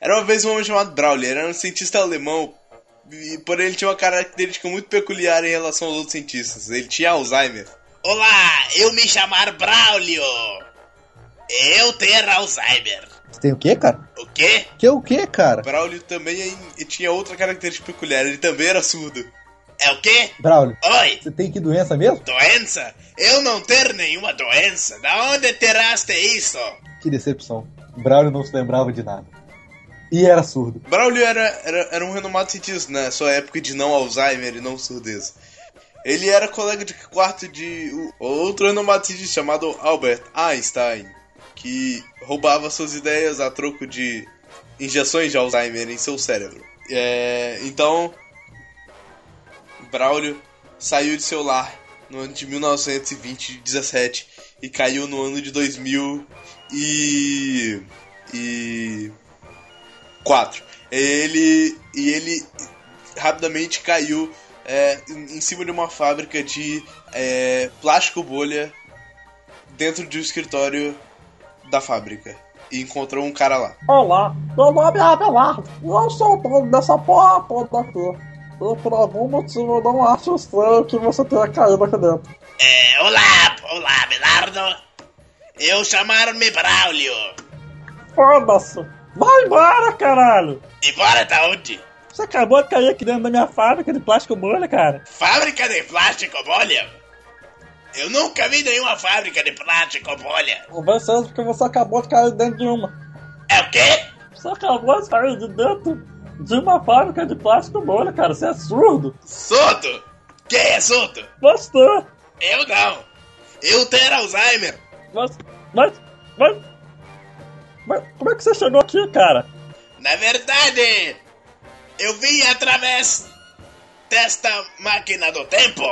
Era uma vez um homem chamado Braulio, era um cientista alemão, e, porém ele tinha uma característica muito peculiar em relação aos outros cientistas. Ele tinha Alzheimer. Olá, eu me chamar Braulio. Eu ter Alzheimer. Você tem o quê, cara? O quê? Que é o quê, cara? Braulio também é in- e tinha outra característica peculiar, ele também era surdo. É o quê? Braulio, Oi, você tem que doença mesmo? doença? Eu não ter nenhuma doença. Da onde tiraste isso? Que decepção. Braulio não se lembrava de nada. E era surdo. Braulio era, era, era um renomado cientista na sua época de não Alzheimer e não surdez. Ele era colega de quarto de o- outro renomado cientista chamado Albert Einstein, que roubava suas ideias a troco de injeções de Alzheimer em seu cérebro. É, então, Braulio saiu de seu lar no ano de 1917 e caiu no ano de 2000 e... e... 4. Ele. E ele rapidamente caiu é, em em cima de uma fábrica de é, plástico bolha dentro do escritório da fábrica. E encontrou um cara lá. Olá, meu nome é Abelardo e eu sou o dono dessa porra toda aqui. Eu, por algum motivo, eu não acho estranho que você tenha caído aqui dentro. É, olá, olá, Belardo. Eu chamar-me Braulio. Foda-se! Vai embora, caralho! E bora da onde? Você acabou de cair aqui dentro da minha fábrica de plástico bolha, cara. Fábrica de plástico bolha? Eu nunca vi nenhuma fábrica de plástico bolha. Conversa isso porque você acabou de cair dentro de uma. É o quê? Você acabou de cair de dentro de uma fábrica de plástico bolha, cara. Você é surdo. Surdo? Quem é surdo? Você, Eu não. Eu ter Alzheimer. mas, mas, mas, mas, como é que você chegou aqui, cara? Na verdade, eu vim através desta máquina do tempo.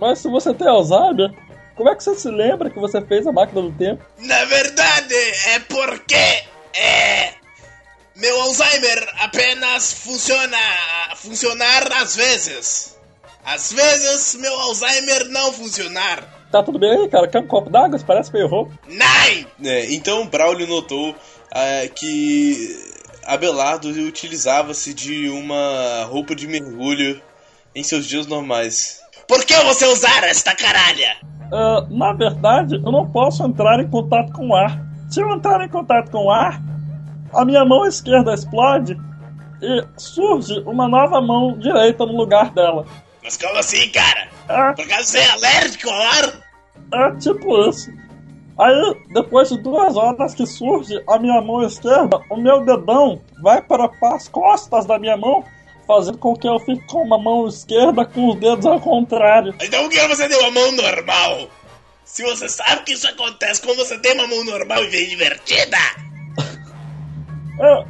Mas se você tem Alzheimer, como é que você se lembra que você fez a máquina do tempo? Na verdade, é porque é, meu Alzheimer apenas funciona funcionar às vezes. Às vezes meu Alzheimer não funcionar. Tá tudo bem aí, cara? Quer um copo d'água? Isso Parece que eu errou. Nein! É, então Braulio notou ah, que Abelardo utilizava-se de uma roupa de mergulho em seus dias normais. Por que você usar esta caralha? Ah, na verdade, eu não posso entrar em contato com o ar. Se eu entrar em contato com o ar, a minha mão esquerda explode e surge uma nova mão direita no lugar dela. Mas como assim, cara? É, Por causa de ser alérgico ao ar? é tipo isso. Aí, depois de duas horas que surge a minha mão esquerda, o meu dedão vai para as costas da minha mão, fazendo com que eu fique com uma mão esquerda com os dedos ao contrário. Então por que você tem uma mão normal? Se você sabe que isso acontece, como você tem uma mão normal e bem divertida? É,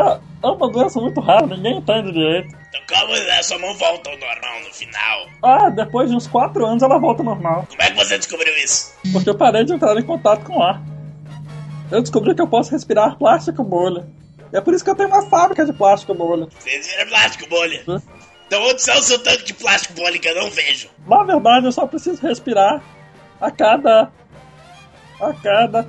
é, é uma doença muito rara, ninguém entende direito. Então como a sua mão volta ao normal no final? Ah, depois de uns 4 anos ela volta ao normal. Como é que você descobriu isso? Porque eu parei de entrar em contato com o ar. Eu descobri que eu posso respirar plástico bolha. E é por isso que eu tenho uma fábrica de plástico bolha. Vocês viram plástico bolha? Hã? Então onde está o seu tanque de plástico bolha que eu não vejo? Na verdade, eu só preciso respirar a cada. A cada.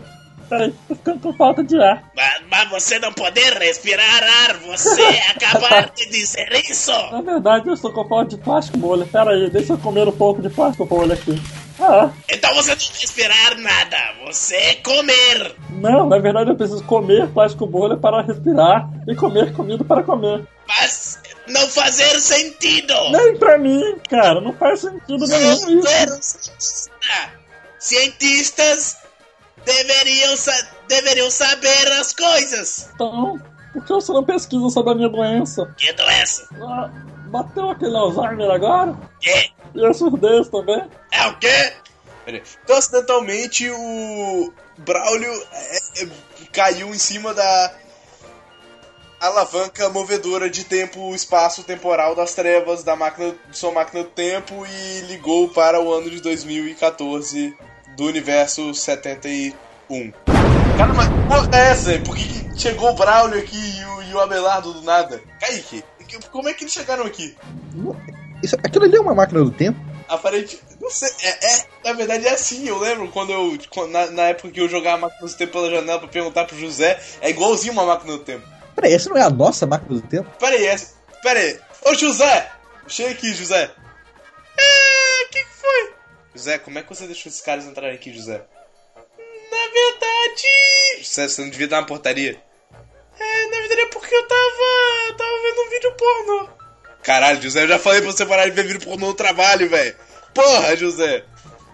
Peraí, tô ficando com falta de ar. Mas, mas você não poder respirar ar, você acabar de dizer isso! Na verdade, eu estou com falta de plástico bolha. Peraí, deixa eu comer um pouco de plástico bolha aqui. Ah, Então você não respirar nada, você é comer! não, na verdade eu preciso comer plástico bolha para respirar e comer comida para comer. Mas não fazer sentido! Nem pra mim, cara, não faz sentido nenhum Não isso. ser um cientista! Cientistas deveriam, sa- deveriam saber as coisas! Então, por que você não pesquisa sobre a minha doença? Que doença? Ah, bateu aquele Alzheimer agora? Que? E a surdez também? É o quê? Peraí. Então, acidentalmente, o Braulio é, é, caiu em cima da alavanca movedora de tempo, espaço temporal das trevas da máquina, de sua máquina do tempo e ligou para o ano de 2014 do universo 71. Cara, mas que porra é essa? Por que que chegou o Braulio aqui e o, e o Abelardo do nada? Kaique, que- como é que eles chegaram aqui? Isso, aquilo ali é uma máquina do tempo? Aparente. Não sei, é, é- na verdade é assim, eu lembro quando eu. quando- na, na época que eu jogava a máquina do tempo pela janela pra perguntar pro José, é igualzinho uma máquina do tempo. Peraí, essa não é a nossa máquina do tempo? Pera aí, essa... pera aí. Ô José! Chega aqui, José. É, o que que foi? José, como é que você deixou esses caras entrarem aqui, José? Na verdade... José, você não devia dar uma portaria. É, na verdade é porque eu tava... Eu tava vendo um vídeo pornô. Caralho, José, eu já falei pra você parar de ver vídeo pornô no trabalho, velho. Porra, José.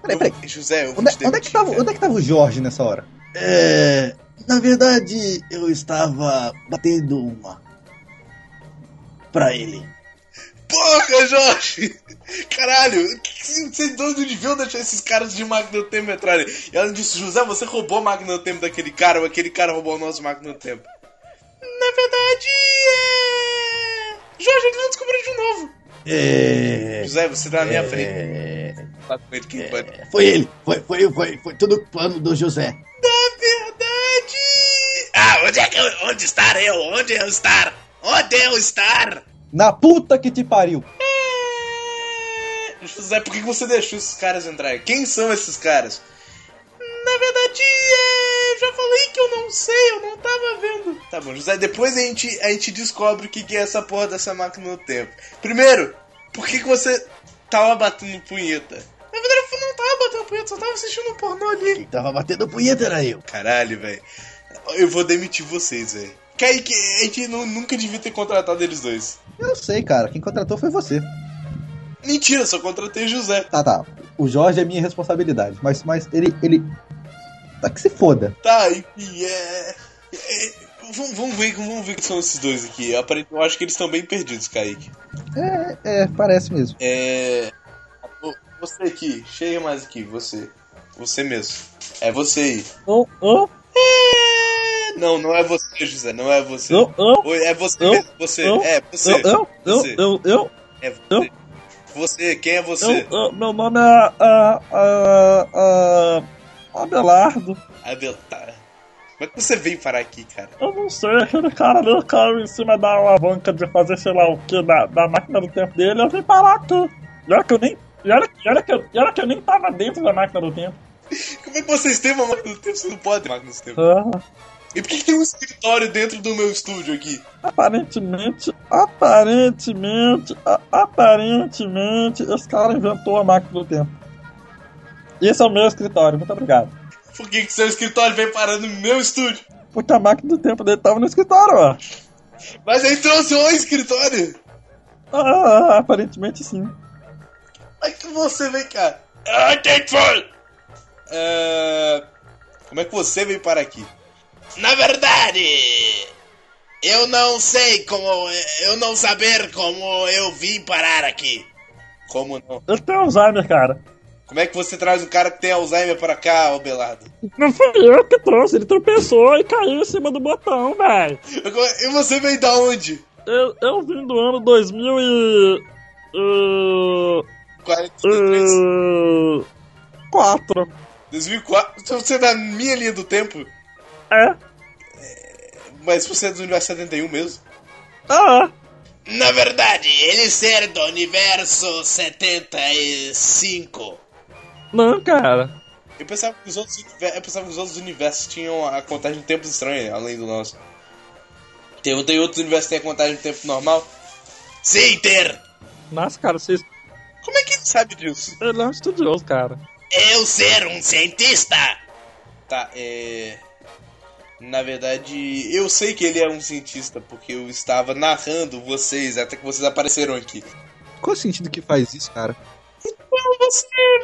Peraí, peraí. Eu- José, eu vou Onde, te onde é que demitir, tava, velho. onde é que tava o Jorge nessa hora? É, na verdade, eu estava batendo uma pra ele. Porra, Jorge! Caralho, que que c- vocês dois não deviam deixar esses caras de máquina do tempo entrarem. E ela disse, José, você roubou a máquina do tempo daquele cara, ou aquele cara roubou o nosso máquina do tempo. Na verdade, é... Jorge, ele não descobriu de novo. É, José, você tá na minha frente. é, Tá com ele, quem pode. foi ele, foi, foi, foi, foi tudo plano do José. Na verdade... Ah, onde é que eu, onde estar eu? Onde eu estar? Onde eu estar? Na puta que te pariu! José, por que que você deixou esses caras entrarem? Quem são esses caras? Na verdade, é... eu já falei que eu não sei, eu não tava vendo. Tá bom, José, depois a gente, a gente descobre o que, que é essa porra dessa máquina no tempo. Primeiro, por que, que você tava batendo punheta? Na verdade, eu não tava batendo punheta, só tava assistindo um pornô ali. Quem tava batendo punheta era eu. Caralho, velho. Eu vou demitir vocês, velho. Kaique, a gente nu- nunca devia ter contratado eles dois. Eu sei, cara, quem contratou foi você. Mentira, só contratei o José. Tá, tá. O Jorge é minha responsabilidade, mas, mas ele. ele. Tá que se foda. Tá, enfim, é. é, vamos, vamos ver vamos ver que são esses dois aqui. Aparent- Eu acho que eles estão bem perdidos, Kaique. É, é, parece mesmo. É. o- Você aqui, chega mais aqui, você. Você mesmo. É você aí. Eu, eu, É, Não, não é você, José, não é você. eu, eu, Oi, É você Não. mesmo, você. Não. É, você. eu, eu, eu, Você. eu, eu, É você. Você, quem é você? eu, eu, meu nome é ah, ah, ah, Abelardo. Abel, tá. Como é que você veio parar aqui, cara? Eu não sei, aquele cara ali caiu em cima da alavanca de fazer sei lá o que da, da máquina do tempo dele, eu vim parar aqui. E olha que eu nem. E olha, e olha que eu, e olha que eu nem tava dentro da máquina do tempo. Como é que vocês têm uma máquina do tempo? Você não pode ter máquina do tempo. Ah, E por que, que tem um escritório dentro do meu estúdio aqui? aparentemente, aparentemente, a- aparentemente, esse cara inventou a máquina do tempo. Esse é o meu escritório, muito obrigado. Por que, que seu escritório vem parando no meu estúdio? Porque a máquina do tempo dele tava no escritório, ó. Mas aí trouxe o escritório! Ah, aparentemente sim. Aí que você vem cá. Ah, quem foi? É, Como é que você veio parar aqui? Na verdade, eu não sei como, eu não saber como eu vim parar aqui. Como não? Eu tenho Alzheimer, cara. Como é que você traz um cara que tem Alzheimer pra cá, ô Belardo? Não foi eu que trouxe, ele tropeçou e caiu em cima do botão, velho. E você veio da onde? Eu, eu vim do ano 2000 e... e- 43? Uh. e- quatro. 2004? Você é da minha linha do tempo? É? Mas você é do universo 71 mesmo? Ah, Na verdade, ele ser do universo 75. não, cara. Eu pensava que os outros, univer- eu pensava que os outros universos tinham a contagem de tempos estranha, além do nosso. Tem, tem outros universos que tem a contagem de tempo normal? Sim, ter. Nossa, cara, vocês... Como é que ele sabe disso? Ele é um estudioso, cara. Eu ser um cientista. Tá, é. Na verdade, eu sei que ele é um cientista, porque eu estava narrando vocês até que vocês apareceram aqui. Qual o sentido que faz isso, cara? Você,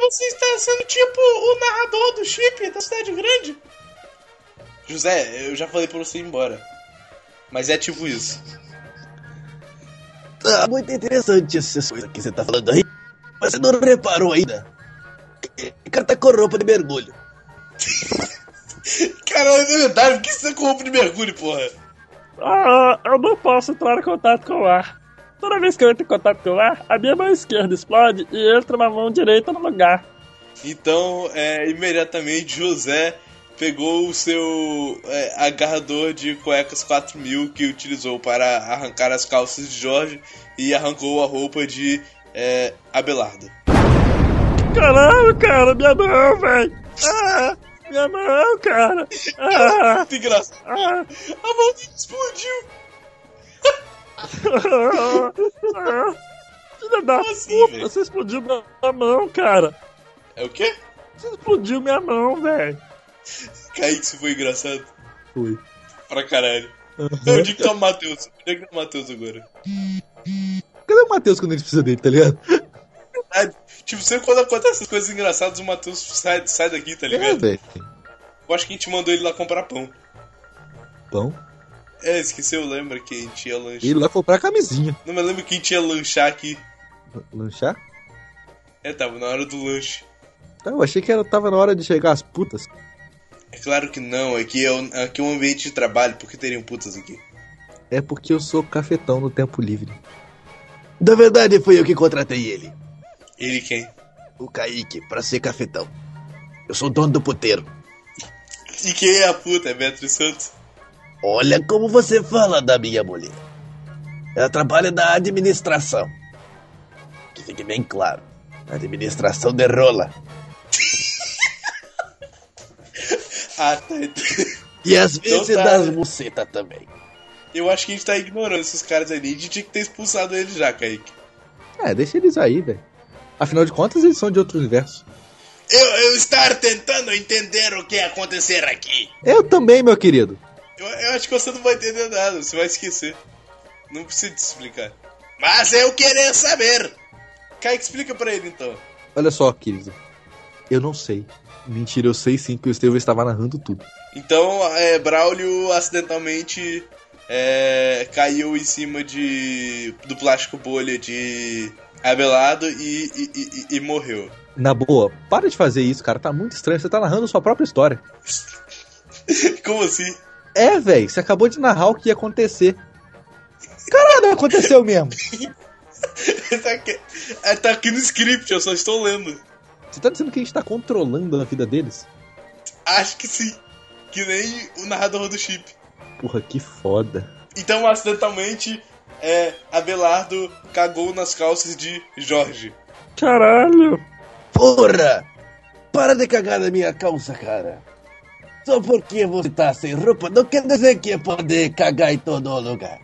você está sendo tipo o narrador do chip da cidade grande. José, eu já falei pra você ir embora. Mas é tipo isso. Tá muito interessante essas coisas que você tá falando aí. Mas você não reparou ainda. O cara tá com roupa de mergulho. Caralho, é verdade, por que você compra de mergulho, porra? Ah, eu não posso entrar em contato com o ar. Toda vez que eu entro em contato com o ar, a minha mão esquerda explode e entra uma mão direita no lugar. Então, é, imediatamente José pegou o seu é, agarrador de cuecas 4000 que utilizou para arrancar as calças de Jorge e arrancou a roupa de é, Abelardo. Caralho, cara, minha mão, velho! Ah, minha mão, cara! Ah, Que engraçado, ah, a mão dele explodiu! ah. Filha da assim, puta, velho? você explodiu minha mão, cara. É o quê? Você explodiu minha mão, velho. Kaique, isso foi engraçado. Foi. Pra caralho. Uhum. Eu digo que tá o Matheus. Onde é que tá o Matheus agora? Cadê o Matheus quando ele precisa dele, tá ligado? Tipo, sempre quando acontece essas coisas engraçadas, o Matheus sai, sai daqui, tá É, ligado? velho. Eu acho que a gente mandou ele lá comprar pão. Pão. É, esqueceu, lembra que a gente ia lanchar. Ele lá comprar camisinha. Não, mas lembra que a gente ia lanchar aqui. Lanchar? É, tava na hora do lanche. Tá, eu achei que era, tava na hora de chegar as putas. É claro que não, aqui é, um- aqui é um ambiente de trabalho, por que teriam putas aqui? É porque eu sou cafetão no tempo livre. Na verdade, foi eu que contratei ele, Ele quem? o Kaique, pra ser cafetão. Eu sou o dono do puteiro. E quem é a puta? É Beatriz Santos? Olha como você fala da minha mulher. Ela trabalha na administração. Que fique bem claro. A administração derrola. Ah, tá. então- E às vezes tá, das né? bucetas também. Eu acho que a gente tá ignorando esses caras ali. A gente tinha que ter expulsado eles já, Kaique. É, deixa eles aí, velho. Afinal de contas, eles são de outro universo. Eu, eu estar tentando entender o que acontecer aqui. Eu também, meu querido. Eu, eu acho que você não vai entender nada, você vai esquecer. Não precisa te explicar. Mas eu querer saber. Kaique, explica pra ele então. Olha só, querido. Eu não sei. Mentira, eu sei sim que o Estevam estava narrando tudo. Então, é, Braulio acidentalmente é, caiu em cima de do plástico bolha de Abelardo e, e- e- e- e morreu. Na boa, para de fazer isso, cara. Tá muito estranho. Você tá narrando sua própria história. Como assim? É, velho. Você acabou de narrar o que ia acontecer. Caralho, aconteceu mesmo. tá, aqui, é, tá aqui no script, eu só estou lendo. Você tá dizendo que a gente tá controlando a vida deles? Acho que sim. Que nem o narrador do chip. Porra, que foda. Então, acidentalmente, é, Abelardo cagou nas calças de Jorge. Caralho. Porra! Para de cagar na minha calça, cara. Só porque você tá sem roupa não quer dizer que pode cagar em todo lugar.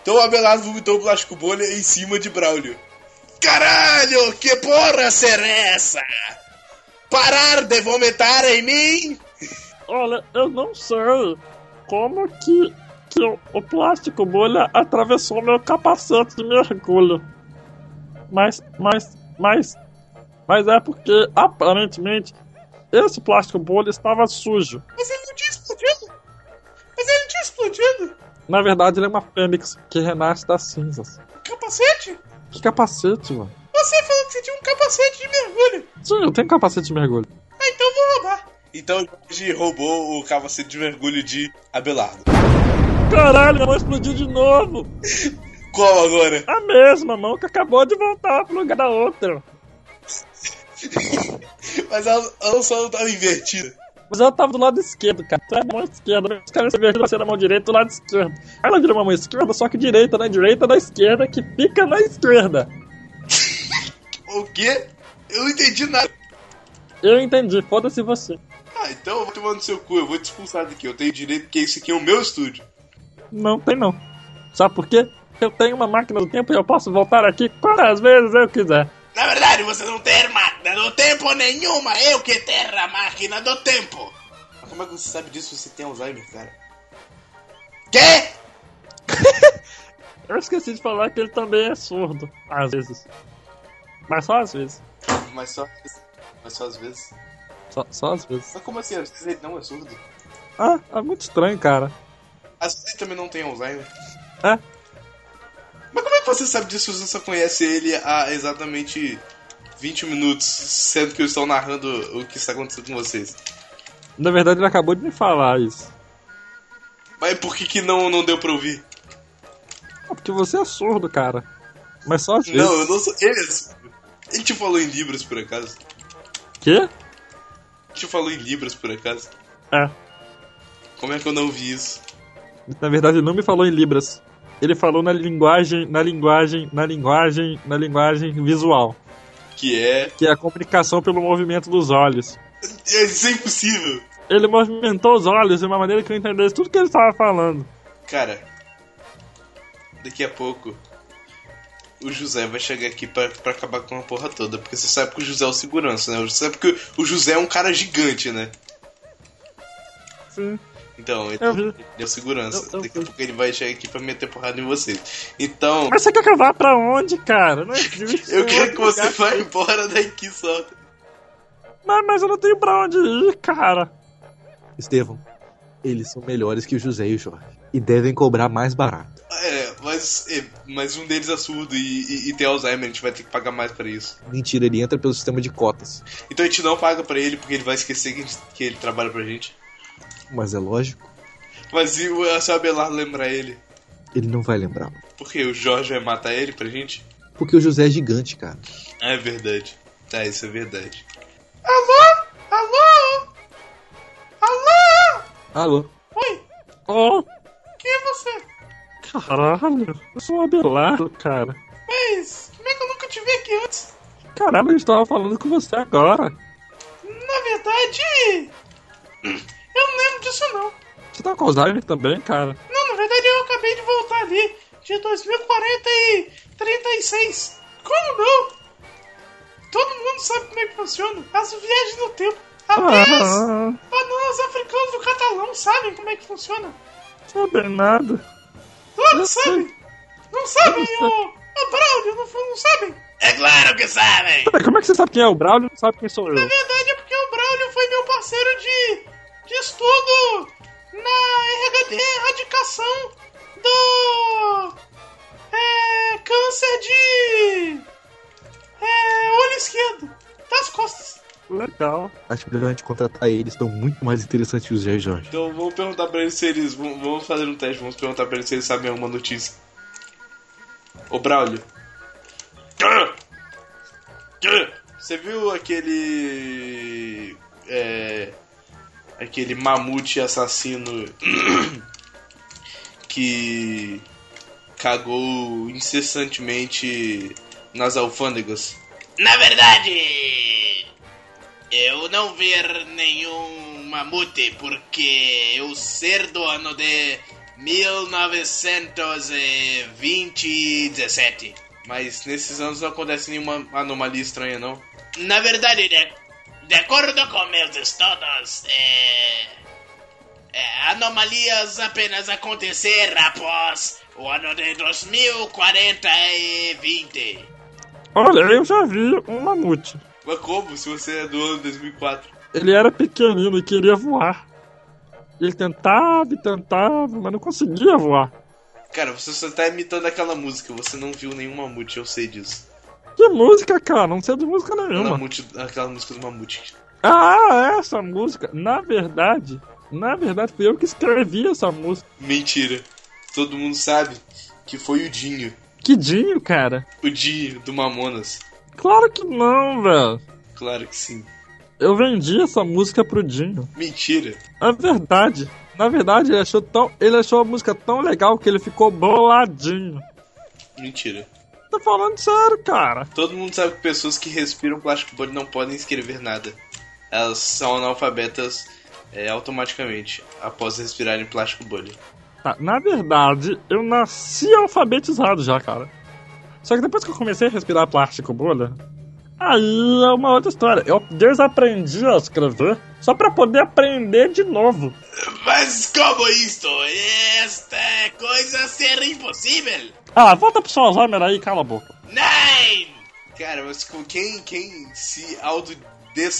Então, Abelardo vomitou o plástico bolha em cima de Braulio. Caralho, que porra será essa? Parar de vomitar em mim? Olha, eu não sei como que, que o, o plástico bolha atravessou meu capacete de mergulho. Mas, mas, mas, mas é porque aparentemente esse plástico bolha estava sujo. Mas ele não tinha explodido! Mas ele não tinha explodido! Na verdade, ele é uma fênix que renasce das cinzas. Capacete? Que capacete, mano? Você falou que você tinha um capacete de mergulho! Sim, eu tenho capacete de mergulho. Ah, então vou roubar! Então, Jorge roubou o capacete de mergulho de Abelardo. Caralho, minha mão explodiu de novo! Qual agora? A mesma mão que acabou de voltar pro lugar da outra. Mas ela, ela só não tava invertida. Mas ela tava do lado esquerdo, cara. Então é mão esquerda. Os caras se vai ser na mão direita do lado esquerdo. Aí ela vira uma mão esquerda, só que direita na direita da esquerda, que fica na esquerda. O quê? Eu não entendi nada. Eu entendi, foda-se você. Ah, então eu vou tomar no seu cu, eu vou te expulsar daqui. Eu tenho direito, porque esse aqui é o meu estúdio. Não tem não. Sabe por quê? Eu tenho uma máquina do tempo e eu posso voltar aqui quantas vezes eu quiser. Na verdade, você não tem máquina do tempo nenhuma. Eu que ter a máquina do tempo. Como é que você sabe disso se você tem Alzheimer, cara? Quê? Eu esqueci de falar que ele também é surdo, às vezes. Mas só às vezes. Mas só, mas só às vezes. Só, só às vezes. Mas como assim? Às vezes ele não é surdo? Ah, é muito estranho, cara. Às vezes ele também não tem Alzheimer. É. Mas como é que você sabe disso se você só conhece ele há exatamente 20 minutos, sendo que eu estou narrando o que está acontecendo com vocês? Na verdade, ele acabou de me falar isso. Mas por que, que não, não deu pra ouvir? Ah, porque você é surdo, cara. Mas só às vezes. Não, eu não sou. Ele é surdo. Ele te falou em Libras, por acaso? Quê? Ele te falou em Libras, por acaso? É. Como é que eu não ouvi isso? Na verdade, ele não me falou em libras. Ele falou na linguagem, na linguagem, na linguagem, na linguagem visual, Que é. que é a comunicação pelo movimento dos olhos. é- Isso é impossível! Ele movimentou os olhos de uma maneira que eu entendesse tudo que ele estava falando. Cara. daqui a pouco o José vai chegar aqui pra, pra acabar com a porra toda. Porque você sabe que o José é o segurança, né? Você sabe que o José é um cara gigante, né? Sim. Então, ele Eu vi. ele é o segurança. Eu- eu Daqui a vi. pouco ele vai chegar aqui pra meter porrada em vocês. Então, Mas você quer que eu vá pra onde, cara? Não existe. eu quero que outro você lugar. vá embora daqui só. Mas, mas eu não tenho pra onde ir, cara. Estevão, eles são melhores que o José e o Jorge. E devem cobrar mais barato. É, mas, é, mas um deles é surdo e, e- e tem Alzheimer, a gente vai ter que pagar mais pra isso. Mentira, ele entra pelo sistema de cotas. Então a gente não paga pra ele porque ele vai esquecer que, a gente- que ele trabalha pra gente. Mas é lógico, Mas e o se o Abelar lembrar ele? ele não vai lembrar. Porque o Jorge vai matar ele pra gente? Porque o José é gigante, cara. Ah, é verdade. Tá, isso é verdade. Alô? Oh. Quem é você? Caralho, eu sou um abelardo, cara. Como é que eu nunca te vi aqui antes? Caralho, eu estava falando com você agora. Na verdade. Eu não lembro disso não. Você tá com Alzheimer também, cara? Não, na verdade eu acabei de voltar ali. De 2040 e 36. Como não? Todo mundo sabe como é que funciona. As viagens no tempo. Ah, Bananas africanos do catalão sabem como é que funciona. sabe nada. Claro Eu que sabem. Não sabem, ô. ô, Braulio, não, não sabem. É claro que sabem! Peraí, como é que você sabe quem é o Braulio e não sabe quem sou eu? Na verdade é porque o Braulio foi meu parceiro de, de estudo na RHD erradicação do é, câncer de é, olho esquerdo das costas. Legal. Acho melhor a gente contratar eles, estão muito mais interessantes que o José e o Jorge. Então vamos perguntar pra eles se eles. Vamos fazer um teste, vamos perguntar pra eles se eles sabem alguma notícia. Ô Braulio. Você viu aquele. É. Aquele mamute assassino que cagou incessantemente nas alfândegas? Na verdade, eu não ver nenhum mamute porque eu ser do ano de 1927. Mas nesses anos não acontece nenhuma anomalia estranha, não. Na verdade, de, de acordo com meus estudos, é, é, anomalias apenas acontecer após o ano de 2040 e 20. Olha, eu já vi um mamute. Mas como? Se você é do ano 2004. Ele era pequenino e queria voar. Ele tentava e tentava, mas não conseguia voar. Cara, você só tá imitando aquela música, você não viu nenhum mamute, eu sei disso. Que música, cara? Não sei de música Aquela, nenhuma. mamute- aquela música do mamute. Ah, essa música. Na verdade, na verdade, fui eu que escrevi essa música. Mentira. Todo mundo sabe que foi o Dinho. Que dinho, cara. O Dinho do Mamonas. Claro que não, velho. Claro que sim. Eu vendi essa música pro Dinho. Mentira. É verdade. Na verdade, ele achou, tão, ele achou a música tão legal que ele ficou boladinho. Mentira. Tô falando sério, cara. Todo mundo sabe que pessoas que respiram plástico bolha não podem escrever nada. Elas são analfabetas é, automaticamente após respirarem plástico bolha. Tá, na verdade, eu nasci alfabetizado já, cara. Só que depois que eu comecei a respirar plástico bolha, aí é uma outra história. Eu desaprendi a escrever só pra poder aprender de novo. Mas como isto? Esta é coisa ser impossível? Ah, volta pro seu Alzheimer aí, cala a boca. Nein! Cara, mas com quem, quem se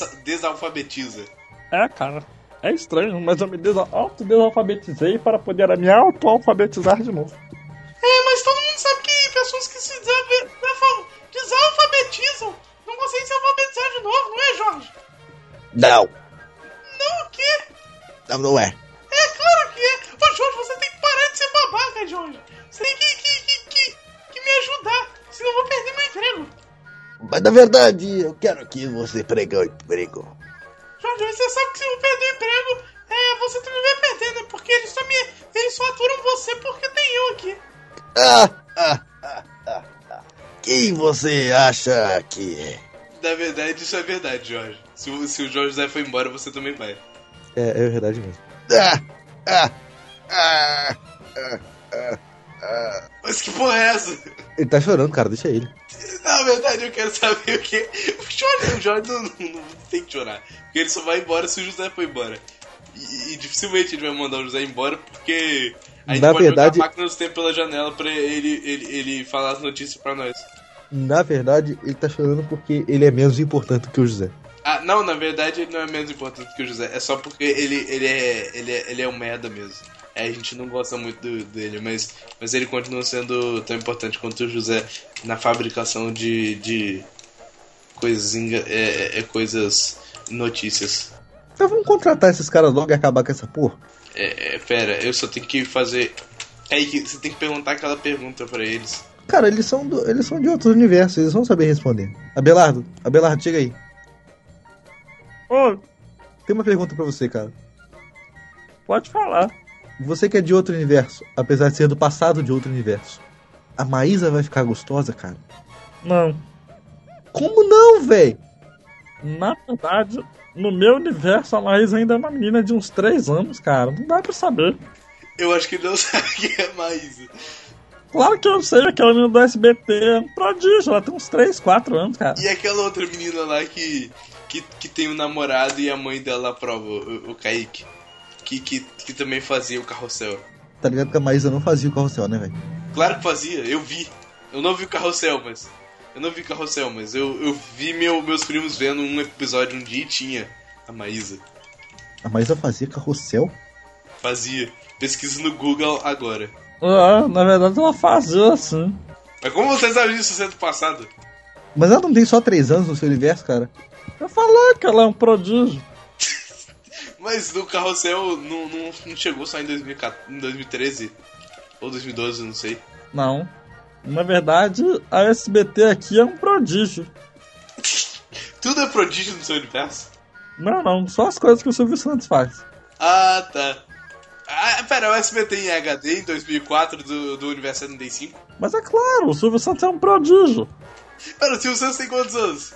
auto-desalfabetiza? É, cara. É estranho, mas eu me desa- autodesalfabetizei para poder me auto-alfabetizar de novo. É, mas todo mundo sabe que pessoas que se desalfa- desalfa- desalfabetizam não conseguem se alfabetizar de novo, não é, Jorge? Não. Não, o quê? Não, não é. É claro que é. Ô, Jorge, você tem que parar de ser babaca, Jorge. Você tem que, que, que, que, que me ajudar, senão eu vou perder meu emprego. Mas na verdade, eu quero que você pregue o emprego. Jorge, você sabe que se eu perder o emprego, é, você também vai perder, né? Porque eles só, me, eles só aturam você porque tem eu aqui. Ah, ah, ah, ah, ah. Quem você acha que é? Na verdade, isso é verdade, Jorge. Se, se o Jorge Zé foi embora, você também vai. É, é verdade mesmo. Ah, ah, ah, ah, ah, Mas que porra é essa? Ele tá chorando, cara, deixa ele. Na verdade, eu quero saber o que. O Jordan, o Jordan não, não- não tem que chorar. Porque ele só vai embora se o José for embora. E, e dificilmente ele vai mandar o José embora, porque a gente Na pode verdade- jogar a máquina do tempo pela janela pra ele, ele, ele falar as notícias pra nós. Na verdade, ele tá chorando porque ele é menos importante que o José. Ah, não, na verdade ele não é menos importante que o José. É só porque ele, ele, é, ele, é, ele é um merda mesmo. É, a gente não gosta muito do- dele, mas, mas ele continua sendo tão importante quanto o José na fabricação de, de coisas, enga- é, é- é coisas notícias. Então vamos contratar esses caras logo e acabar com essa porra. É, é, pera, eu só tenho que fazer. É que você tem que perguntar aquela pergunta pra eles. Cara, eles são, do- eles são de outros universos, eles vão saber responder. Abelardo, Abelardo, chega aí. Ô, Tem uma pergunta pra você, cara. pode falar. Você que é de outro universo, apesar de ser do passado de outro universo, a Maísa vai ficar gostosa, cara? Não. Como não, véi? Na verdade, no meu universo, a Laís ainda é uma menina de uns 3 anos, cara. Não dá pra saber. Eu acho que ele não sabe quem é a Maísa. Claro que eu sei, aquela menina do SBT é um prodígio, ela tem uns 3, 4 anos, cara. E aquela outra menina lá que, que, que tem um namorado e a mãe dela aprova, o, o Kaique. Que, que, que também fazia o carrossel. Tá ligado que a Maísa não fazia o carrossel, né, velho? Claro que fazia, eu vi. Eu não vi o carrossel, mas. Eu não vi o carrossel, mas eu, eu vi meu, meus primos vendo um episódio um dia e tinha a Maísa. A Maísa fazia carrossel? Fazia. Pesquisa no Google agora. Ah, na verdade, ela fazia assim. Mas como você sabe disso sendo passado? Mas ela não tem só 3 anos no seu universo, cara? Eu falei que ela é um prodígio. Mas o carrossel não, não, não chegou só em, 2014, em 2013 ou 2012, não sei. Não. Na verdade, a SBT aqui é um prodígio. Tudo é prodígio no seu universo? Não, é não, só as coisas que o Silvio Santos faz. Ah, tá. Ah, pera, o SBT em HD em 2004 do, do Universo 75? Mas é claro, o Silvio Santos é um prodígio. Pera, o Silvio Santos tem quantos anos?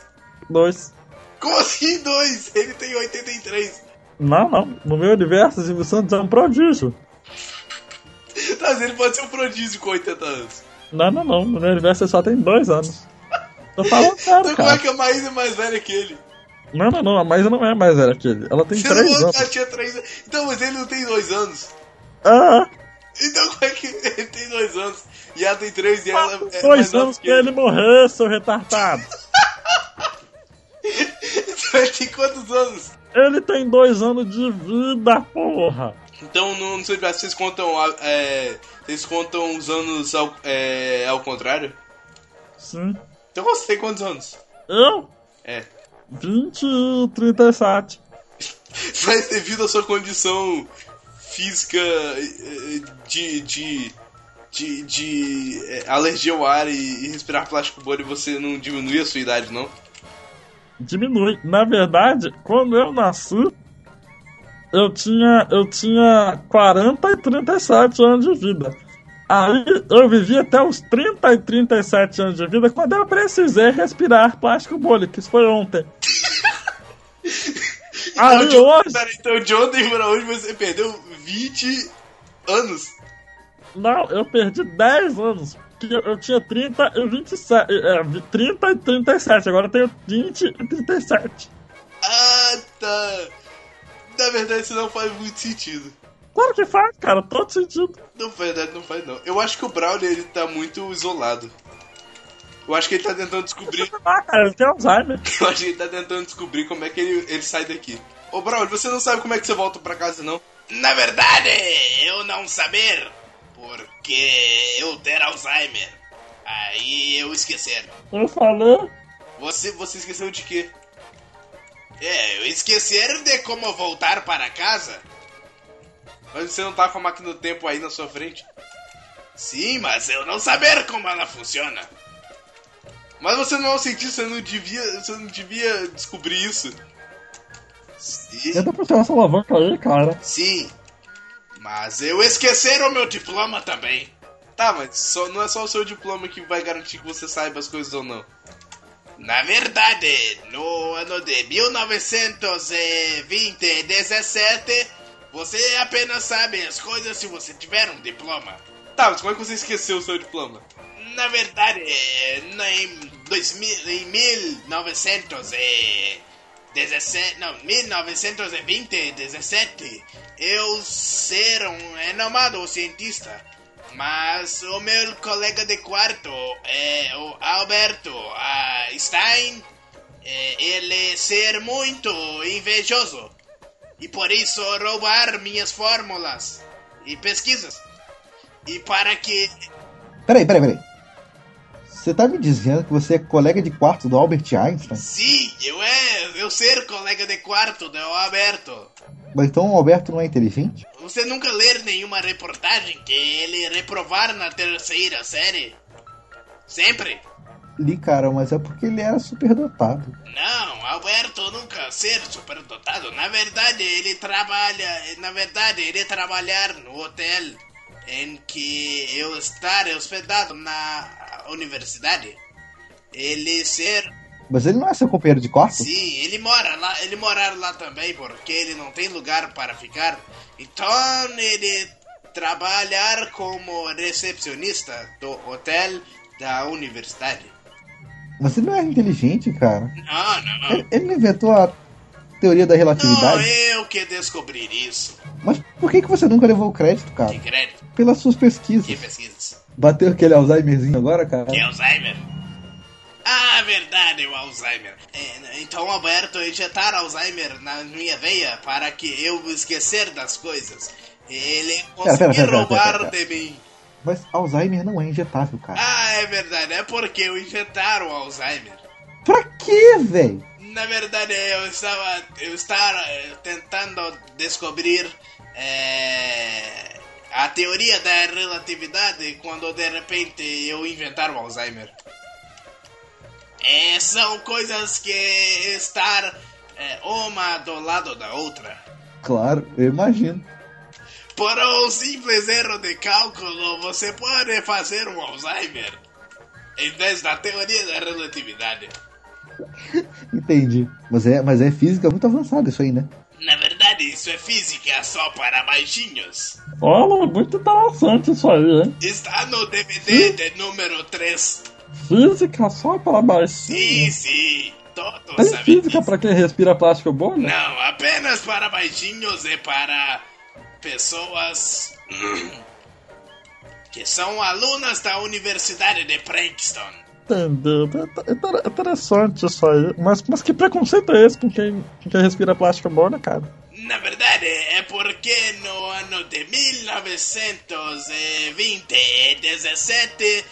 Dois. Como assim dois? Ele tem 83. Não, não. No meu universo, o Silvio Santos é um prodígio. Tá, mas ele pode ser um prodígio com 80 anos. Não, não, não. No meu universo, ele só tem dois anos. Tô falando sério, Então como é cara. que a Maísa é mais velha que ele? Não, não, não. A Maísa não é mais velha que ele. Ela tem Você três não anos. ela tinha três anos. Então, mas ele não tem dois anos. Ah, Então como é que ele tem dois anos? E ela tem três e ela é mais dois nova anos que ele morreu, seu retardado. Então ele tem quantos anos? Ele tem dois anos de vida, porra. Então no, no seu universo vocês contam, a- é, vocês contam os anos ao, é, ao contrário? Sim. Então você tem quantos anos? Eu? É. 20 e 37. Mas devido à sua condição física eh, de. de. de, de, eh, alergia ao ar e, e respirar plástico bolha, você não diminui a sua idade, não? Diminui. Na verdade, quando eu nasci, eu tinha, eu tinha 40 e 37 anos de vida. Aí eu vivi até os 30 e 37 anos de vida quando eu precisei respirar plástico bolha, que isso foi ontem. Aí de- hoje, Pera, então de ontem pra hoje você perdeu 20 anos. não, eu perdi 10 anos. Que eu, eu tinha 30 e 27. É, 30 e 37, agora eu tenho 20 e 37. Ah, tá. Na verdade, isso não faz muito sentido. Claro que faz, cara, todo sentido. Na verdade, não faz, não. Eu acho que o Braulio ele tá muito isolado. Eu acho que ele tá tentando descobrir Ah, cara, ele tem Alzheimer. Eu acho que ele tá tentando descobrir como é que ele, ele sai daqui. Ô, Braulio, você não sabe como é que você volta pra casa, não? Na verdade, eu não saber, porque eu ter Alzheimer. Aí eu esquecer. Eu falei, Você, você esqueceu de quê? É, eu esquecer de como voltar para casa. Mas você não tá com a máquina do tempo aí na sua frente. Sim, mas eu não saber como ela funciona. Mas você não é um cientista, você não devia, você não devia descobrir isso. eu Sim, tô puxando essa alavanca aí, cara. sim. Mas eu esquecer o meu diploma também. Tá, mas só, não é só o seu diploma que vai garantir que você saiba as coisas ou não. Na verdade, no ano de 1920 17, você apenas sabe as coisas se você tiver um diploma. Tá, mas como é que você esqueceu o seu diploma? Na verdade, eh, na- em, 2000, em 1917, não, 1920, 17, eu ser um renomado cientista. Mas o meu colega de quarto, eh, o Alberto ah, Stein, eh, ele ser muito invejoso. E por isso roubar minhas fórmulas e pesquisas. E para que Peraí, peraí, peraí. Você tá me dizendo que você é colega de quarto do Albert Einstein? Sim, eu é, eu ser colega de quarto do Alberto. Mas então o Alberto não é inteligente? Você nunca ler nenhuma reportagem que ele reprovar na terceira série? Sempre? Li, cara, mas é porque ele era superdotado. Não, Alberto nunca ser superdotado. Na verdade, ele trabalha, na verdade, ele trabalhar no hotel em que eu estar hospedado na universidade. Ele ser Mas ele não é seu companheiro de quarto? Sim, ele mora lá, ele morar lá também porque ele não tem lugar para ficar. Então ele trabalhar como recepcionista do hotel da universidade. Mas ele não é inteligente, cara. Não, não, não. Ele, ele não inventou a teoria da Não, relatividade. eu que descobrir isso. Mas por que, que você nunca levou o crédito, cara? Que crédito, Pelas suas pesquisas. que pesquisas. Bateu aquele Alzheimerzinho agora, cara? Que Alzheimer? Ah, verdade, o Alzheimer. É, Então, Alberto, injetar Alzheimer na minha veia para que eu esquecer das coisas. Ele pera, pera, pera, conseguir pera, pera, roubar de mim. Mas Alzheimer não é injetável, cara. Ah, é verdade, é porque eu injetaram o Alzheimer. Pra quê, velho? Na verdade, eu estava, eu estava eh, tentando descobrir eh, a teoria da relatividade quando de repente eu inventaram o Alzheimer. Eh, são coisas que estar eh, uma do lado da outra. Claro, eu imagino. Por um simples erro de cálculo, você pode fazer um Alzheimer. Em vez da teoria da relatividade. Entendi. Mas é, mas é física muito avançada isso aí, né? Na verdade, isso é física só para baixinhos. Olha, muito interessante isso aí, hein? Está no Hum? DVD de número 3. Física só para Sim, baixinho. sim, todos é Tem sabem física disso. para quem respira plástico bolha? Não, apenas para baixinhos e para pessoas que são alunas da Universidade de Princeton. Entendeu? Então, É- é- é Interessante isso aí. Mas, mas que preconceito é esse com quem, com quem respira plástico né, bolha, cara? Na verdade, é porque no ano de 1920 e 17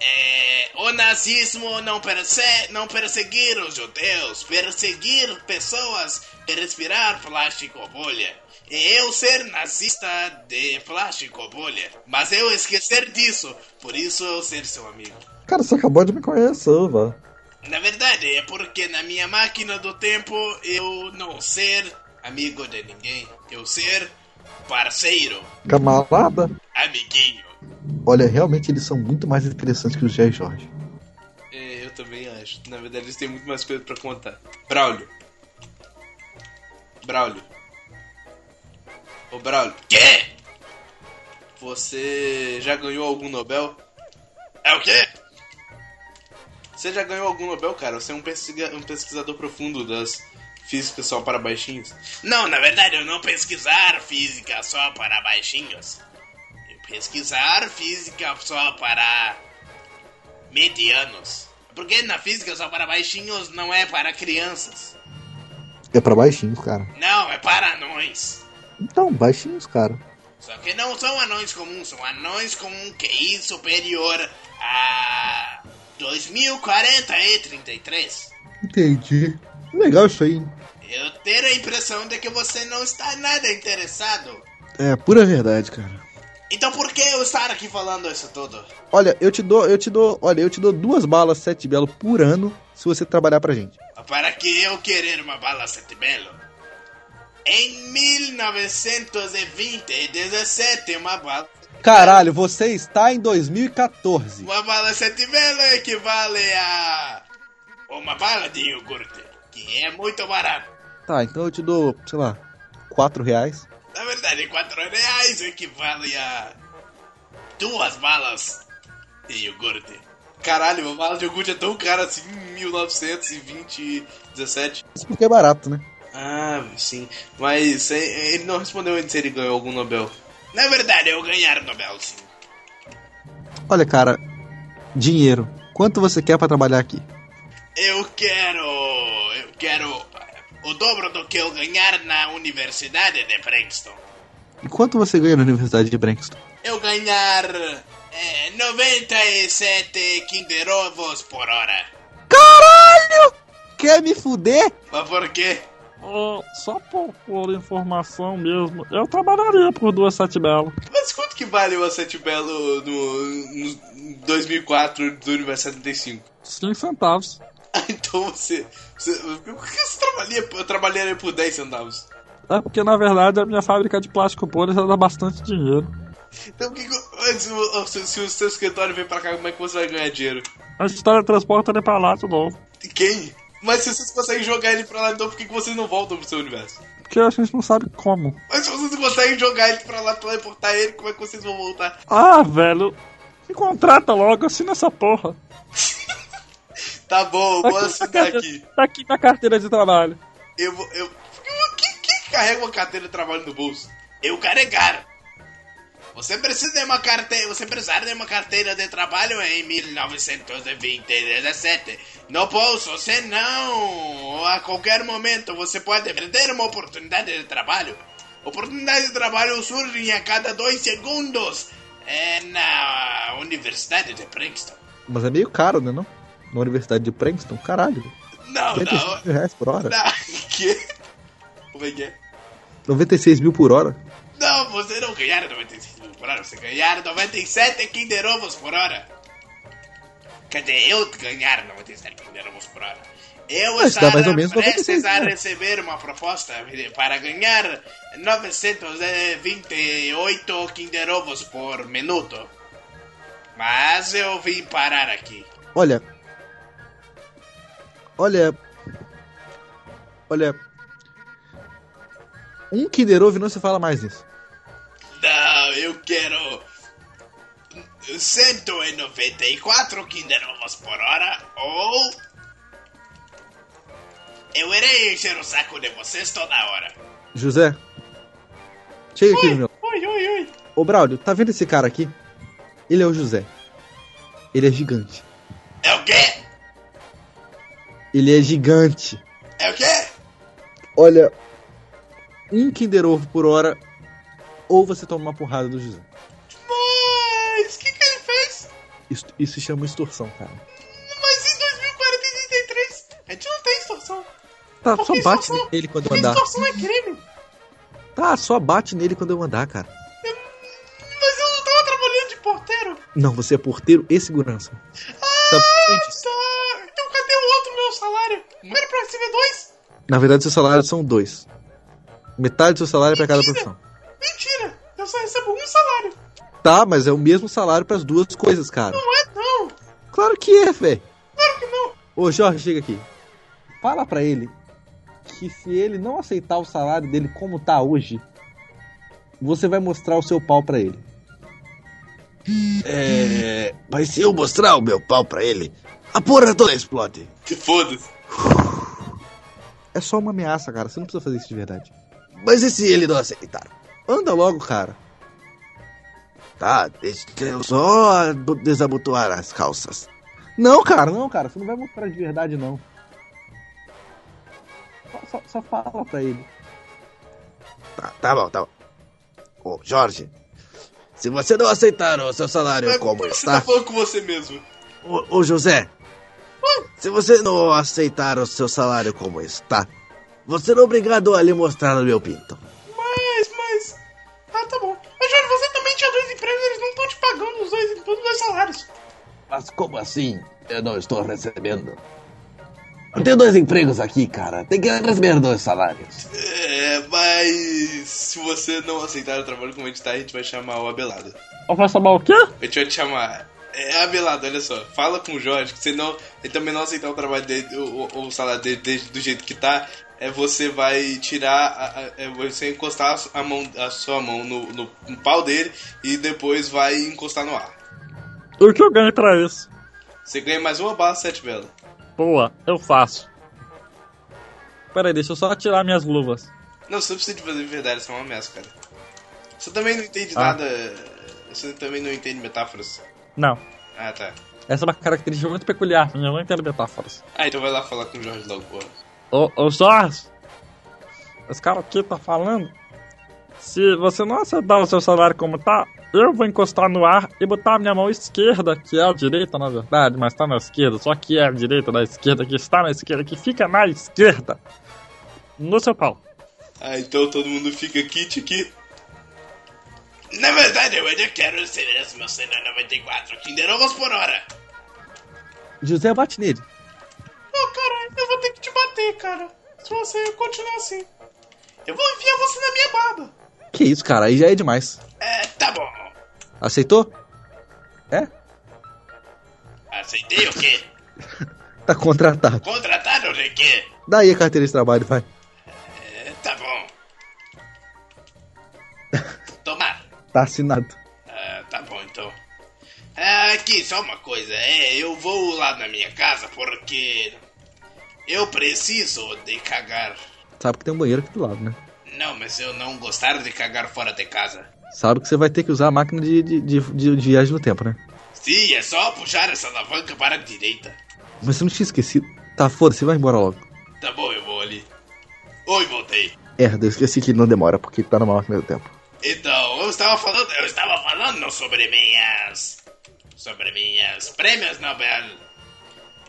é, o nazismo não, perse não perseguir os judeus, perseguir pessoas e respirar plástico bolha. E eu ser nazista de plástico bolha. Mas eu esquecer disso, por isso eu ser seu amigo. Cara, você acabou de me conhecer, velho. Na verdade, é porque na minha máquina do tempo eu não ser amigo de ninguém, eu ser parceiro, Camarada? amiguinho. Olha, realmente eles são muito mais interessantes que os G.I. Jorge. É, eu também acho. Na verdade, eles têm muito mais coisa pra contar. Braulio. Braulio. Ô, Braulio, Quê? você já ganhou algum Nobel? É o quê? Você já ganhou algum Nobel, cara? Você é um, pesquiga- um pesquisador profundo das físicas só para baixinhos. Não, na verdade eu não pesquisar física só para baixinhos. Eu pesquisar física só para medianos. Porque na física só para baixinhos não é para crianças. É pra baixinhos, cara. Não, é para anões. Então, baixinhos, cara. Só que não são anões comuns, são anões com um QI superior a 2040 e 33. Entendi. Legal isso aí. hein? Eu tenho a impressão de que você não está nada interessado. É, pura verdade, cara. Então por que eu estar aqui falando isso tudo? Olha, eu te dou, eu te dou, olha, eu te dou duas balas sete belo por ano se você trabalhar pra gente. Para que eu querer uma bala sete belo? Em 1920 e 17, uma bala, Caralho, você está em 2014. uma bala sete belo equivale a uma bala de iogurte, que é muito barato. Tá, então eu te dou, sei lá, quatro reais. Na verdade, 4 reais equivale a duas balas de iogurte. Caralho, a bala de iogurte é tão cara assim em 1920, 17. Isso porque é barato, né? Ah, sim. Mas é, ele não respondeu antes se ele ganhou algum Nobel. Na verdade, eu ganhar o Nobel, sim. Olha, cara, dinheiro. Quanto você quer pra trabalhar aqui? Eu quero. Eu quero o dobro do que eu ganhar na Universidade de Princeton. E quanto você ganha na Universidade de Brankston? Eu ganhar. É, 97 Kinder Ovos por hora. Caralho! Quer me fuder? Mas por quê? Ah, só por, por informação mesmo, eu trabalharia por duas sete belas. Mas quanto que vale o Acete Belo no, no 2004 do universo 75? Cinco centavos. Ah, então você. você por que você trabalharia, eu trabalharia por 10 centavos? É porque, na verdade, a minha fábrica de plástico bolha já dá bastante dinheiro. Então, que, que- mas se, o- se- se o seu escritório vem pra cá, como é que você vai ganhar dinheiro? A gente teletransporta ele pra lá de novo. E Quem? Mas se vocês conseguem jogar ele pra lá, então por que que vocês não voltam pro seu universo? Porque a gente não sabe como. Mas se vocês não conseguem jogar ele pra lá, teleportar ele, como é que vocês vão voltar? Ah, velho. Me contrata logo, assina essa porra. Tá bom, bora minha assinar carteira- aqui. tá aqui minha carteira de trabalho. Eu vou. Eu... por que- Quem, quem carrega uma carteira de trabalho no bolso? Eu carregar. Você precisa de uma carteira, você precisar de uma carteira de trabalho em 1920-17. No bolso, senão a qualquer momento você pode perder uma oportunidade de trabalho. Oportunidades de trabalho surgem a cada dois segundos é, na Universidade de Princeton. Mas é meio caro, né, não? Na Universidade de Princeton, caralho. Não, não, 35 mil reais por hora. Não, que? Como é que é? 96 mil por hora. não, você não ganhar 95 mil por hora, você ganhar 97 Kinder Ovos por hora. Quer dizer, eu ganhar 97 Kinder Ovos por hora. Eu Mas dá estar mais ou menos prestes 96, a né? receber uma proposta para ganhar 928 Kinder Ovos por minuto. Mas eu vim parar aqui. Olha. Olha. Olha. Um Kinder Ovo não se fala mais nisso. Não, eu quero 194 Kinder Ovos por hora ou. Eu irei encher o saco de vocês toda hora. José. Chega aqui, meu. Ui, ui, ui. Ô, Braulio, tá vendo esse cara aqui? Ele é o José. Ele é gigante. É o quê? Ele é gigante. É o quê? Olha. Um Kinder Ovo por hora. Ou você toma uma porrada do José. Mas o que, que ele fez? Isso, isso se chama extorsão, cara. Mas em 2043 a gente não tem extorsão. Tá, Por só que bate extorsão? nele quando eu Porque andar. extorsão é crime. Tá, só bate nele quando eu andar, cara. Mas eu não tava trabalhando de porteiro. Não, você é porteiro e segurança. é Sabe por que disso? Tá. Então cadê o outro meu salário? Um era pra cima dois? Na verdade, seu salário são dois. Metade do seu salário é pra cada profissão. Mentira! Eu só recebo um salário. Tá, mas é o mesmo salário pras duas coisas, cara. Não é não. Claro que é, velho. Claro que não. Ô, Jorge, chega aqui. Fala pra ele que se ele não aceitar o salário dele como tá hoje, você vai mostrar o seu pau pra ele. É. Mas se eu mostrar o meu pau pra ele, a porra toda explode. Que foda-se. É só uma ameaça, cara. Você não precisa fazer isso de verdade. Mas e se ele não aceitar? Anda logo, cara. Tá, deixa eu só desabotoar as calças. Não, cara, não, cara. Você não vai mostrar de verdade, não. Só, só- só fala pra ele. Tá, tá bom, tá bom. Ô, Jorge, se você não aceitar o seu salário Mas como por que você está. tá falando com você mesmo? Ô, ô, José, se você não aceitar o seu salário como está, você não é obrigado a lhe mostrar o meu pinto. Mas, mas. Ah, tá bom. Mas Jorge, você também tinha dois empregos, eles não estão te pagando os dois, os dois salários. Mas como assim eu não estou recebendo? Eu tenho dois empregos aqui, cara. Tem que receber dois salários. É, mas. Se você não aceitar o trabalho como a gente tá, a gente vai chamar o Abelardo. Ela vai chamar o quê? A gente vai te chamar. É, Abelardo, olha só, fala com o Jorge, que senão ele também não aceitar o trabalho dele, o, o- o salário dele desde- do jeito que tá, é você vai tirar, a- a- é você encostar a su- a, mão, a sua mão no, no- no pau dele e depois vai encostar no ar. O que eu ganho pra isso? Você ganha mais uma bala, sete bela. Boa, eu faço. Peraí, deixa eu só tirar minhas luvas. Não, você não precisa de fazer de verdade, isso é uma ameaça, cara. Você também não entende Ah. nada, você também não entende metáforas. Não, Ah, tá. essa é uma característica muito peculiar minha, eu não entendo metáforas. Ah, então vai lá falar com o Jorge logo, porra. Ô, ô Jorge, esse cara aqui tá falando. Se você não aceitar o seu salário como tá, eu vou encostar no ar e botar a minha mão esquerda, que é a direita na verdade, mas tá na esquerda, só que é a direita da esquerda, que está na esquerda, que fica na esquerda, no seu pau. Ah, então todo mundo fica kit aqui. Na verdade, eu ainda quero receber esse meu cenário 94 Kinder Ovos por hora. José bate nele. Não, cara, eu vou ter que te bater, cara. Se você continuar assim. Eu vou enfiar você na minha barba. Que isso, cara, aí já é demais. É, tá bom. Aceitou? É? Aceitei o quê? Tá contratado. Contratado de quê? Daí a carteira de trabalho, vai. É, tá bom. Tomar. Tá assinado. Ah, tá bom então. Ah, aqui, só uma coisa. É, eu vou lá na minha casa porque. Eu preciso de cagar. Sabe que tem um banheiro aqui do lado, né? Não, mas eu não gostar de cagar fora de casa. Sabe que você vai ter que usar a máquina de, de, de- de- de viagem no tempo, né? Sim, é só puxar essa alavanca para a direita. Mas você não tinha esquecido. Tá, foda-se, vai embora logo. Tá bom, eu vou ali. Oi, voltei. Herda, eu esqueci que ele não demora, porque ele tá numa máquina do tempo. Então, eu estava falando, eu estava falando sobre minhas sobre minhas prêmios Nobel.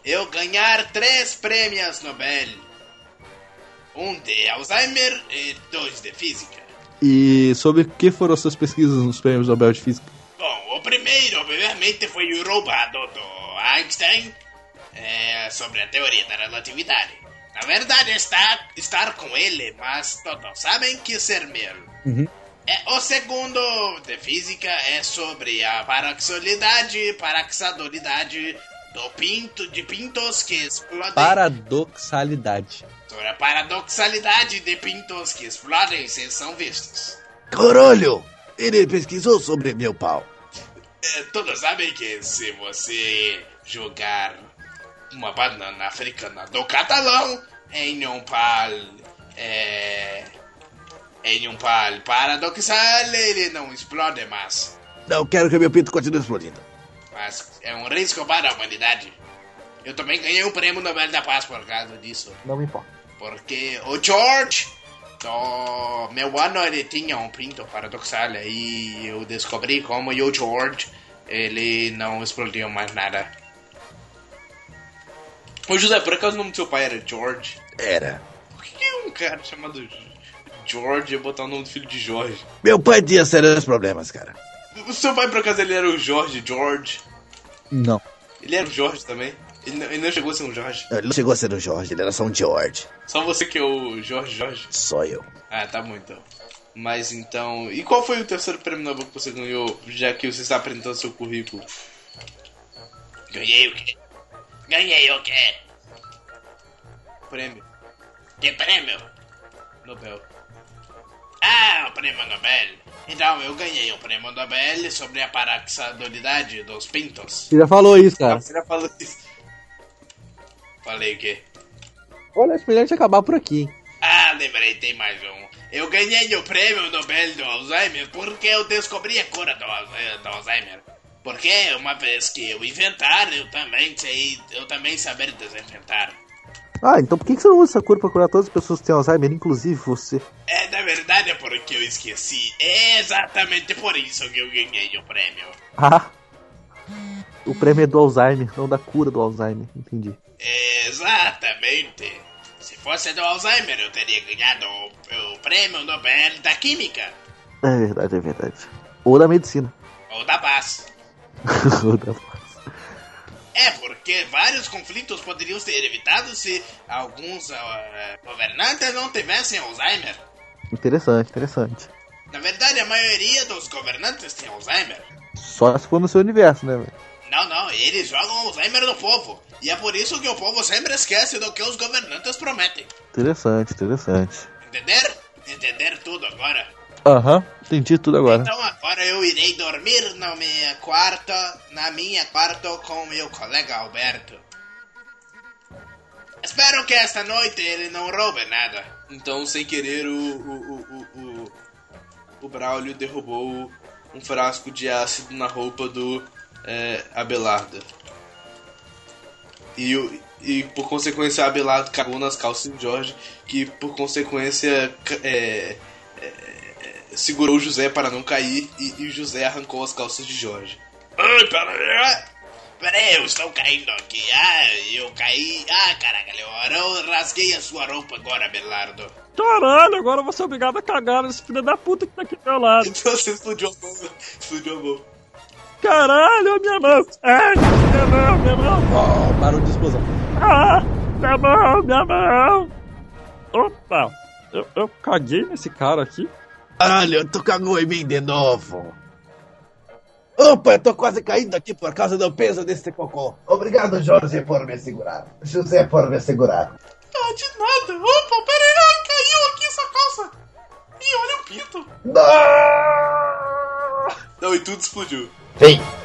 Eu ganhar três prêmios Nobel. Um de Alzheimer e dois de física. E sobre o que foram as suas pesquisas nos prêmios Nobel de Física? Bom, o primeiro, obviamente, foi o roubado do Einstein é, sobre a teoria da relatividade. Na verdade, está estar com ele, mas todos sabem que ser meu. Uhum. É, o segundo de física é sobre a paraxolidade, paraxadolidade do pinto de pintos que explodem. Paradoxalidade. Sobre a paradoxalidade de pintos que explodem sem são vistos. Corolho, ele pesquisou sobre meu pau. É, Todos sabem que se você jogar uma banana africana do catalão em um pal. É, em um pal paradoxal, ele não explode mais. Não quero que meu pinto continue explodindo. Mas é um risco para a humanidade. Eu também ganhei o prêmio Nobel da Paz por causa disso. Não me importa. Porque o George, do meu ano, ele tinha um pinto paradoxal. E eu descobri como o George, ele não explodiu mais nada. Ô José, por acaso o nome do seu pai era George? Era. Por que que um cara chamado George ia botar o nome do filho de Jorge? Meu pai tinha sérios problemas, cara. O seu pai, por acaso, ele era o Jorge, George. Não. Ele era o Jorge também. Ele não, ele não chegou a ser um Jorge. Ele não chegou a ser um Jorge, ele era só um George. Só você que é o Jorge, Jorge. Só eu. Ah, tá bom então. Mas então. E qual foi o terceiro prêmio Nobel que você ganhou, já que você está apresentando seu currículo? Ganhei o quê? Ganhei o quê? Prêmio Que prêmio? Nobel. Ah, o prêmio Nobel. Então, eu ganhei o prêmio Nobel sobre a paraxadolidade dos pintos. Você já falou isso, Ah, cara. você já falou isso. Falei o quê? Olha, acho melhor a gente acabar por aqui, hein? Ah, lembrei, tem mais um. Eu ganhei o prêmio Nobel do Alzheimer porque eu descobri a cura do, Al- eh, do Alzheimer. Porque uma vez que eu inventar, eu também sei, eu também saber desinventar. Ah, então por que que você não usa essa cura pra curar todas as pessoas que têm Alzheimer, inclusive você? É, na verdade, é porque eu esqueci. É exatamente por isso que eu ganhei o prêmio. Ah! O prêmio é do Alzheimer, não da cura do Alzheimer, entendi. É Exatamente. Se fosse do Alzheimer, eu teria ganhado o, o prêmio Nobel da Química É verdade, é verdade. Ou da medicina. ou da paz. Ou da paz. É porque vários conflitos poderiam ser evitados se alguns ah, governantes não tivessem Alzheimer. Interessante, interessante. Na verdade, a maioria dos governantes tem Alzheimer. Só se for no seu universo, né, velho? Não, não, eles jogam os Heimer no povo. E é por isso que o povo sempre esquece do que os governantes prometem. Interessante, interessante. Entender? Entender É tudo agora. Aham, entendi tudo agora. Então agora eu irei dormir na minha quarta, na minha quarta com meu colega Alberto. Espero que esta noite ele não roube nada. Então, sem querer, o, o, o, o, o, o Braulio derrubou um frasco de ácido na roupa do é, Abelardo. E, o- e por consequência, Abelardo cagou nas calças de Jorge, que por consequência ca- é, é, é, segurou o José para não cair e, e José arrancou as calças de Jorge. Ah, Ai, peraí. Peraí, eu estou caindo aqui. Ah, eu caí. Ah, caraca, Leora, eu rasguei a sua roupa agora, Belardo. Caralho, agora eu vou ser obrigado a cagar nesse filho da puta que tá aqui do meu lado. Então você explodiu a mão. Explodiu a mão. Caralho, a minha mão. é, Ai, minha mão, minha mão. Oh, barulho de explosão. Ah, minha mão, minha mão. Opa, eu, eu caguei nesse cara aqui. Caralho, tu cagou em mim de novo. Opa, eu tô quase caindo aqui por causa do peso desse cocô. Obrigado, Jorge, por me segurar. José, por me segurar. Ah, de nada. Opa, peraí, ai, caiu aqui essa calça. Ih, olha o pinto. Não! Não, e tudo explodiu. Vem,